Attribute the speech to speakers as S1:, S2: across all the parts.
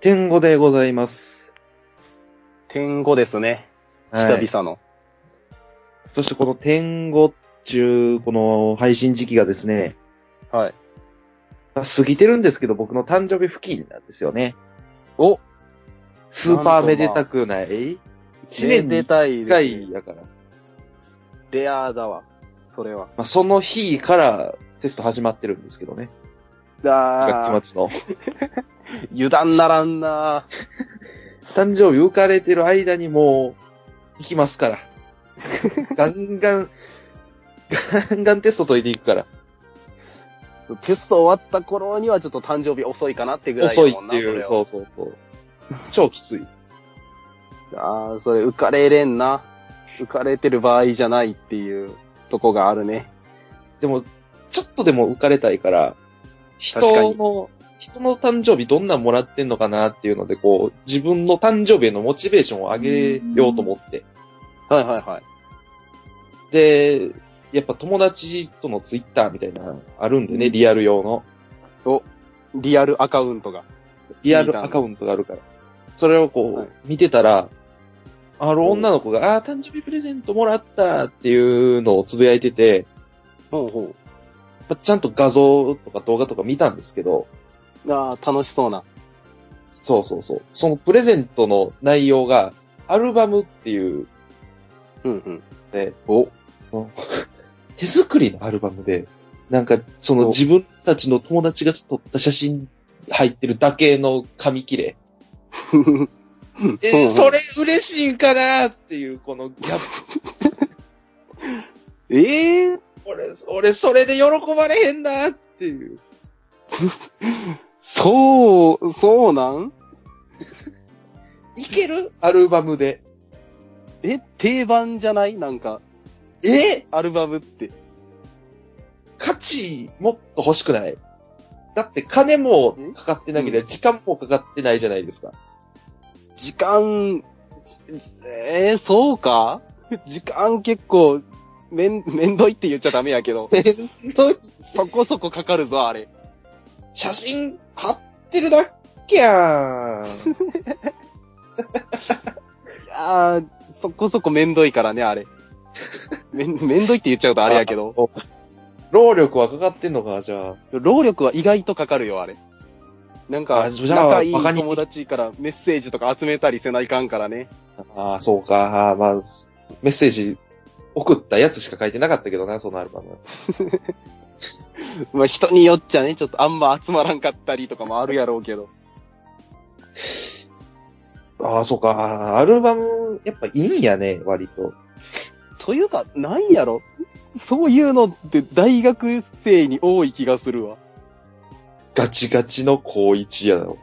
S1: 点5でございます。
S2: 点5ですね。
S1: はい。
S2: 久々の。
S1: そしてこの点5っていう、この配信時期がですね、
S2: はい。
S1: まあ過ぎてるんですけど、僕の誕生日付近なんですよね。
S2: お
S1: スーパーめでたくない一年に
S2: 出
S1: 一
S2: たいですね
S1: 回やから。
S2: レアだわ。それは。
S1: まあ、その日からテスト始まってるんですけどね。
S2: あ
S1: 学期末の。
S2: ー、油断ならんな
S1: 誕生日浮かれてる間にもう、行きます から。ガンガン、ガンガンテスト解いていくから。
S2: テスト終わった頃にはちょっと誕生日遅いかなってぐらい
S1: 遅い
S2: だ
S1: っ
S2: もんな。
S1: ていう、
S2: そ
S1: そうそうそう。超きつい。
S2: う。あー、それ浮かれれんな。浮かれてる場合じゃないっていうとこがあるね。
S1: でも、ちょっとでも浮かれたいから、人
S2: 確かに
S1: の、人の誕生日どんなんもらってんのかなっていうので、こう、自分の誕生日へのモチベーションを上げようと思って。
S2: はいはいはい。
S1: で、やっぱ友達とのツイッターみたいな、あるんでね、リアル用の。
S2: リアルアカウントが。
S1: リアルアカウントがあるから。それをこう、
S2: はい
S1: 見てたら、あの女の子が、ああー、誕生日プレゼントもらったっていうのをつぶやいてて、
S2: ほうほ
S1: まあちゃんと画像とか動画とか見たんですけど、
S2: う。あー、楽しそうな。
S1: そうそうそう。そのプレゼントの内容が、アルバムっていう、
S2: うんうん。
S1: ね、
S2: お、
S1: 手作りのアルバムで、なんか、その
S2: お
S1: 自分たちの友達が撮った写真入ってるだけの紙切れ。 え
S2: そ
S1: そ
S2: う
S1: れ嬉しいかなっていう、このギャップ。
S2: ええー、
S1: 俺、俺、それで喜ばれへんなっていう。
S2: そう、そうなん
S1: いけるアルバムで。
S2: え、定番じゃないなんか、
S1: え
S2: アルバムって。
S1: 価値もっと欲しくないだって金もかかってなければ時間もかかってないじゃないですか。
S2: 時間、えー、そうか時間結構、めん、めんどいって言っちゃダメや けど、
S1: と
S2: そこそこかかるぞ、あれ。
S1: 写真貼ってるだけやん。
S2: いやー、そこそこめんどいからね、あれ。 めん、めんどいって言っちゃ うとあれやけど、
S1: 労力はかかってんのか、じゃあ。
S2: 労力は意外とかかるよ、あれ。なんか、
S1: あじゃあ
S2: 仲いい
S1: バカに
S2: 友達からメッセージとか集めたりせないかんからね。
S1: ああ、そうか。あーまあ、メッセージ送ったやつしか書いてなかったけどな、そのアルバム。
S2: まあ人によっちゃね、ちょっとあんま集まらんかったりとかもあるやろうけど。
S1: ああ、そうか。アルバム、やっぱいいんやね、割と。
S2: というか、なんやろそういうのって大学生に多い気がするわ。
S1: ガチガチの高一やろ。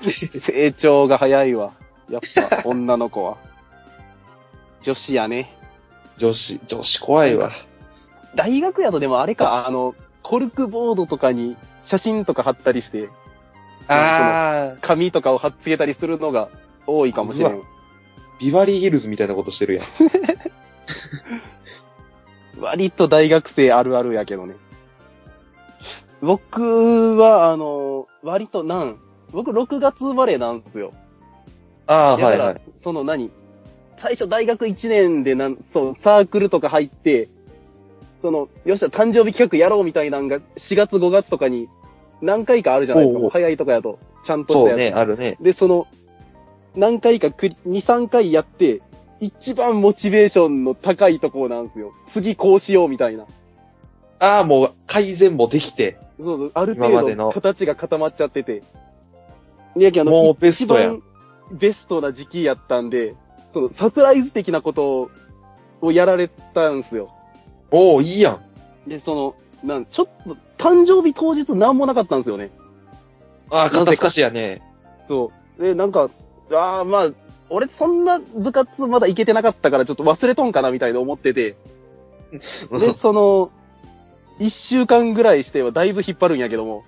S2: 成長が早いわ。やっぱ、女の子は。 女子やね。
S1: 女子、女子怖いわ。
S2: 大学やとでもあれか、あの、コルクボードとかに写真とか貼ったりして、あ
S1: あ、
S2: 紙とかを貼っつけたりするのが多いかもしれん。
S1: ビバリーヒルズみたいなことしてるやん。
S2: 割と大学生あるあるやけどね。僕は、あの、割となん、僕6月生まれなんですよ。
S1: ああ、
S2: だか
S1: はい
S2: ら、
S1: はい。
S2: その何最初大学1年でなん、そう、サークルとか入って、その、よっしゃ、誕生日企画やろうみたいなのが、4月5月とかに何回かあるじゃないです
S1: おうお
S2: か。
S1: う
S2: 早いとかやと、ちゃんとし
S1: そ
S2: たや
S1: う
S2: つ。
S1: ね、あるね。
S2: で、その、何回かくり、2、3回やって、一番モチベーションの高いとこなんですよ。次こうしようみたいな。
S1: ああ、もう改善もできて。
S2: そうそう、ある
S1: 今ま
S2: 程
S1: で
S2: 度
S1: の
S2: 形が固まっちゃってて。いやけど、あ
S1: も
S2: の
S1: うベ
S2: 一
S1: ストやん
S2: 番ベストな時期やったんで、そのサプライズ的なことをやられたんすよ。
S1: おお、いいやん。
S2: で、その、なん、ちょっと、誕生日当日なんもなかったんですよね。
S1: ああ、
S2: なぜか
S1: 肩透かしやね。
S2: そう。で、なんか、ああ、まあ、俺そんな部活まだ行けてなかったからちょっと忘れとんかなみたいな思って て、で、その、一週間ぐらいしてはだいぶ引っ張るんやけども、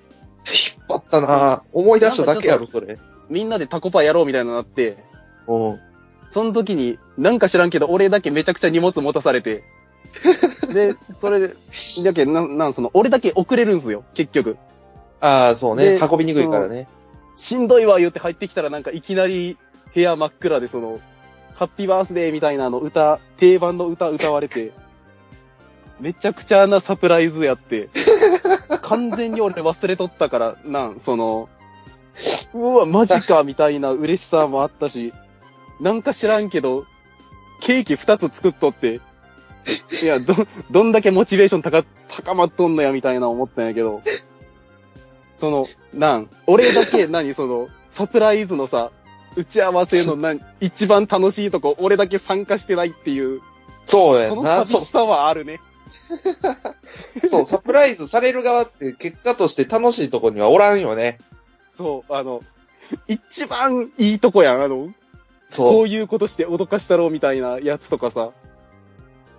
S1: 引っ張ったな。思い出しただけやろ、
S2: なん
S1: それ。
S2: みんなでタコパやろうみたいなのになって、
S1: うん。
S2: その時に、なんか知らんけど、俺だけめちゃくちゃ荷物持たされて。で、それで、だけど、なん、なん、その、俺だけ遅れるんすよ、結局。
S1: ああ、そうね。
S2: で
S1: 運びにくいからね。
S2: しんどいわ、言って入ってきたらなんかいきなり部屋真っ暗でその、ハッピーバースデーみたいなの歌、定番の歌歌われて、めちゃくちゃなサプライズやって、完全に俺忘れとったから、なん、その、うわ、マジか、みたいな嬉しさもあったし、なんか知らんけど、ケーキ二つ作っとって、いや、ど、どんだけモチベーション高、高まっとんのや、みたいな思ったんやけど、その、なん、俺だけ、何、その、サプライズのさ、打ち合わせの、なん、一番楽しいとこ、俺だけ参加してないっていう、
S1: そうや
S2: そ
S1: ん
S2: の
S1: な。
S2: 寂
S1: そ
S2: しさはあるね。
S1: う、そう、サプライズされる側って結果として楽しいとこにはおらんよね。
S2: そう、あの、一番いいとこやん、あの、
S1: そ
S2: こ
S1: う。
S2: ういうことして脅かしたろうみたいなやつとかさ、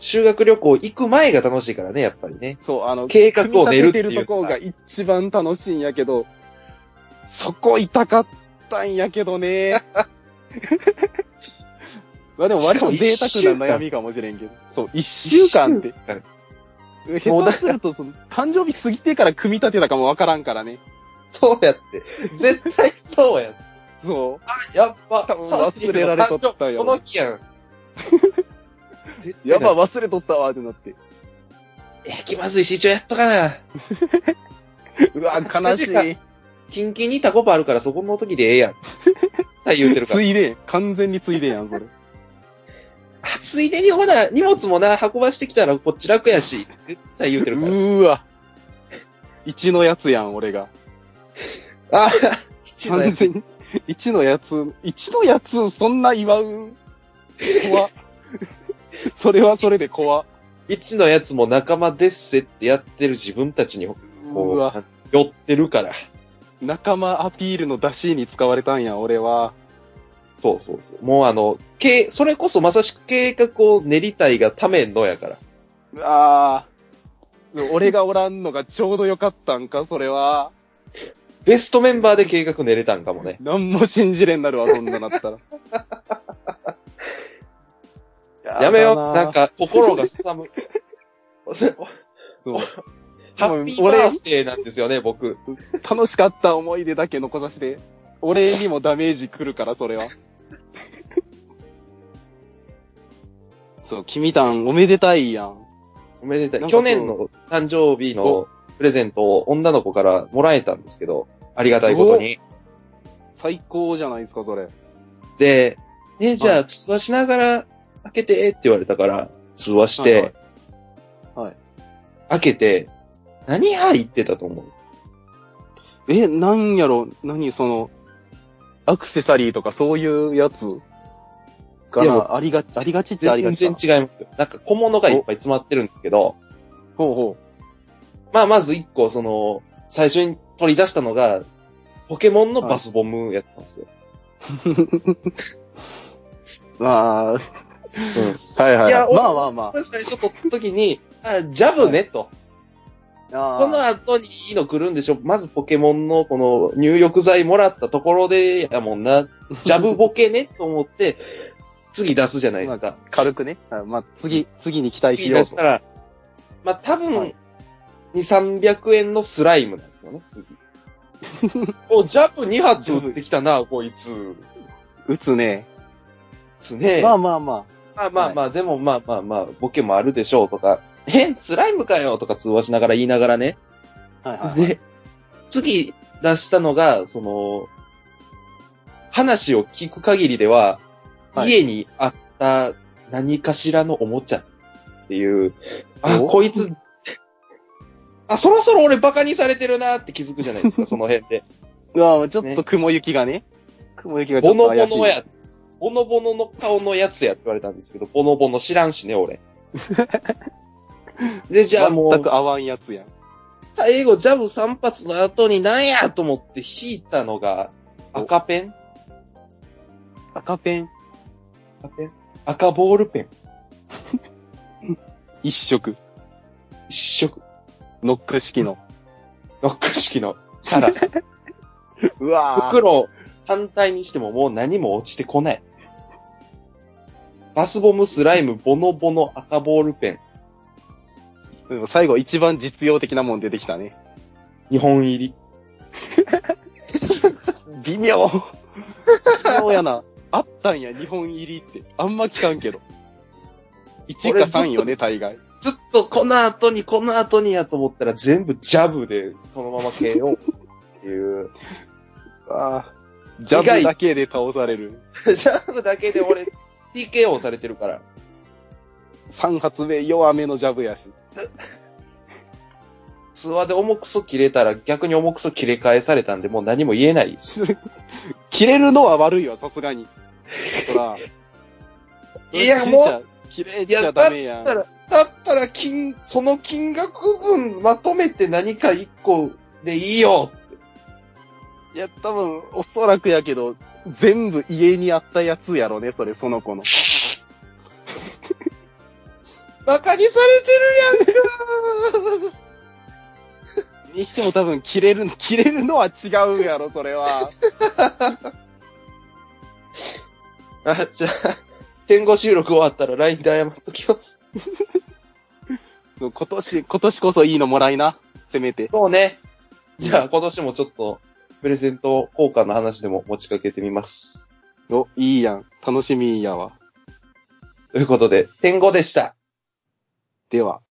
S1: 修学旅行行く前が楽しいからね、やっぱりね。
S2: そう、あの、
S1: 計画を練るっていう
S2: 組み立ててるとこが一番楽しいんやけど、そこ痛かったんやけどね。 まあでも割と贅沢な悩みかもしれんけど。そう、一週間って。
S1: も
S2: 下
S1: うだ
S2: 手
S1: から
S2: すると、その、誕生日過ぎてから組み立てたかもわからんからね。
S1: そうやって。絶対そうやって。
S2: そう。
S1: やっぱ、
S2: 多分忘れられとった
S1: こ
S2: よ。
S1: の日やん。
S2: や ばい、忘れとったわってなって。
S1: え、気まずいし、一応やっとかな。
S2: うわ、悲し
S1: しかし
S2: い。
S1: キンキンにタコパあるからそこの時でええやん。はい、言うてるから
S2: つ。いでん。完全についでんやん、それ。
S1: あついでにほな、荷物もな、運ばしてきたらこっち楽やし、絶対言うて
S2: う
S1: るから。
S2: ーわ。一のやつやん、俺が。
S1: あ、一のや
S2: 完
S1: つ。
S2: 全に。一のやつ、一のやつ、そんな祝う。 怖。それはそれで怖。
S1: 一のやつも仲間ですせってやってる自分たちに、こ
S2: うわ。
S1: う、寄ってるから。
S2: 仲間アピールの出しに使われたんや、俺は。
S1: そうそうそう。もうあの、けそれこそまさしく計画を練りたいがためのやから。
S2: ああ。俺がおらんのがちょうどよかったんか、それは。
S1: ベストメンバーで計画練れたんかもね。
S2: なんも信じれんなるわ、そんななったら。
S1: やめよう。
S2: だ
S1: なんか、心がすさむ。
S2: そう
S1: ハッピーバースデーなんですよね、僕。
S2: 楽しかった思い出だけ残させて、俺にもダメージ来るから、それは。そう、君たんおめでたいやん。
S1: おめでた。
S2: ないんか
S1: 去
S2: そう
S1: 年の誕生日の
S2: お
S1: プレゼントを女の子からもらえたんですけど、ありがたいことに。
S2: 最高じゃないですか、それ。
S1: で、ねじゃ
S2: は
S1: あ通話しながら開けてって言われたから、通話し
S2: はいは
S1: て
S2: い、はい。
S1: 開けて、何入ってたと思う
S2: え、なんやろ、何その、アクセサリーとかそういうやつか
S1: いやもう
S2: なありがち、ありがちってありが
S1: 全
S2: ちか
S1: 然違い
S2: な。
S1: ますよ。なんか小物がいっぱい詰まってるんですけど、
S2: ほうほ
S1: まあまず一個その、最初に取り出したのが、ポケモンのバスボムやったんですよ。
S2: う。まあ、は
S1: う
S2: い
S1: ん
S2: はいはい
S1: や
S2: い。まあまあま
S1: これ最初取った時に、あ、ジャブね、と。
S2: あ。
S1: この後にいいの来るんでしょまずポケモンのこの入浴剤もらったところで、やもんな、ジャブボケねと思って、 次出すじゃないですか。
S2: 軽くね。あまあ次、次に期待し
S1: 次
S2: よう
S1: 出
S2: と
S1: した。ら、まあ、多
S2: は
S1: 分
S2: い、
S1: 2、300円のスライムなんですよね、 次。お、ジャブ2発打ってきたな、こいつ。
S2: 打つね。
S1: つね。
S2: ま
S1: ま
S2: あ
S1: あ
S2: まあまあ。
S1: まあまあ、でもまあまあまあ、ボケもあるでしょうとか、 え、スライムかよとか通話しながら言いながらね。
S2: はいはい、はい。
S1: で、次出したのが、その、話を聞く限りでは、
S2: はい
S1: 家にあった何かしらのおもちゃっていう、あ、
S2: お
S1: こいつ、あ、そろそろ俺バカにされてるなって気づくじゃないですか、その辺で。
S2: うわちょっと雲行きがね。雲行きがちょ
S1: ボ
S2: っと
S1: ノボ
S2: 怪しい。
S1: ノや、ボノボノの顔のやつやって言われたんですけど、ボノボノ知らんしね、 俺。で、じゃあもう
S2: 全、く合わんやつやん。
S1: 最後、ジャブ3発の後になんやと思って引いたのが、赤ペン
S2: 赤ペン
S1: 赤ペン赤ボールペン。
S2: 一色。
S1: 一色。
S2: ノック式の。
S1: ノック式のサラサ。
S2: うわぁ。
S1: 袋を反対にしてももう何も落ちてこない。バスボム、スライム、ボノボノ、赤ボールペン。
S2: でも最後一番実用的なもん出てきたね。
S1: 日本入り。
S2: 微妙。微妙やな。あったんや、日本入りって。あんま聞かんけど。1か3よね、大概。
S1: ずっとこの後にこの後にやと思ったら全部ジャブでそのまま KO っていう。
S2: ああ。ジャブだけで倒される。
S1: ジャブだけで俺 TKO されてるから。
S2: 3発目弱めのジャブやし。
S1: 通話で重くそ切れたら逆に重くそ切れ返されたんでもう何も言えないし。
S2: 切れるのは悪いわ、さすがに。ほら。
S1: いやもう
S2: う。切れちゃダメやん
S1: だ。ったら、だったら金、その金額分まとめて何か一個でいいよ
S2: いや、多分、おそらくやけど、全部家にあったやつやろね、それ、その子の。
S1: バカにされてるやんか
S2: にしても多分、切れる、切れるのは違うやろ、それは。
S1: あ、じゃあ、天狗収録終わったら LINE で謝っときます。
S2: 今年、今年こそいいのもらいな。せめて。
S1: そうね。じゃあ、今年もちょっと、プレゼント交換の話でも持ちかけてみます。
S2: お、いいやん。楽しみやわ。
S1: ということで、天狗でした。
S2: では。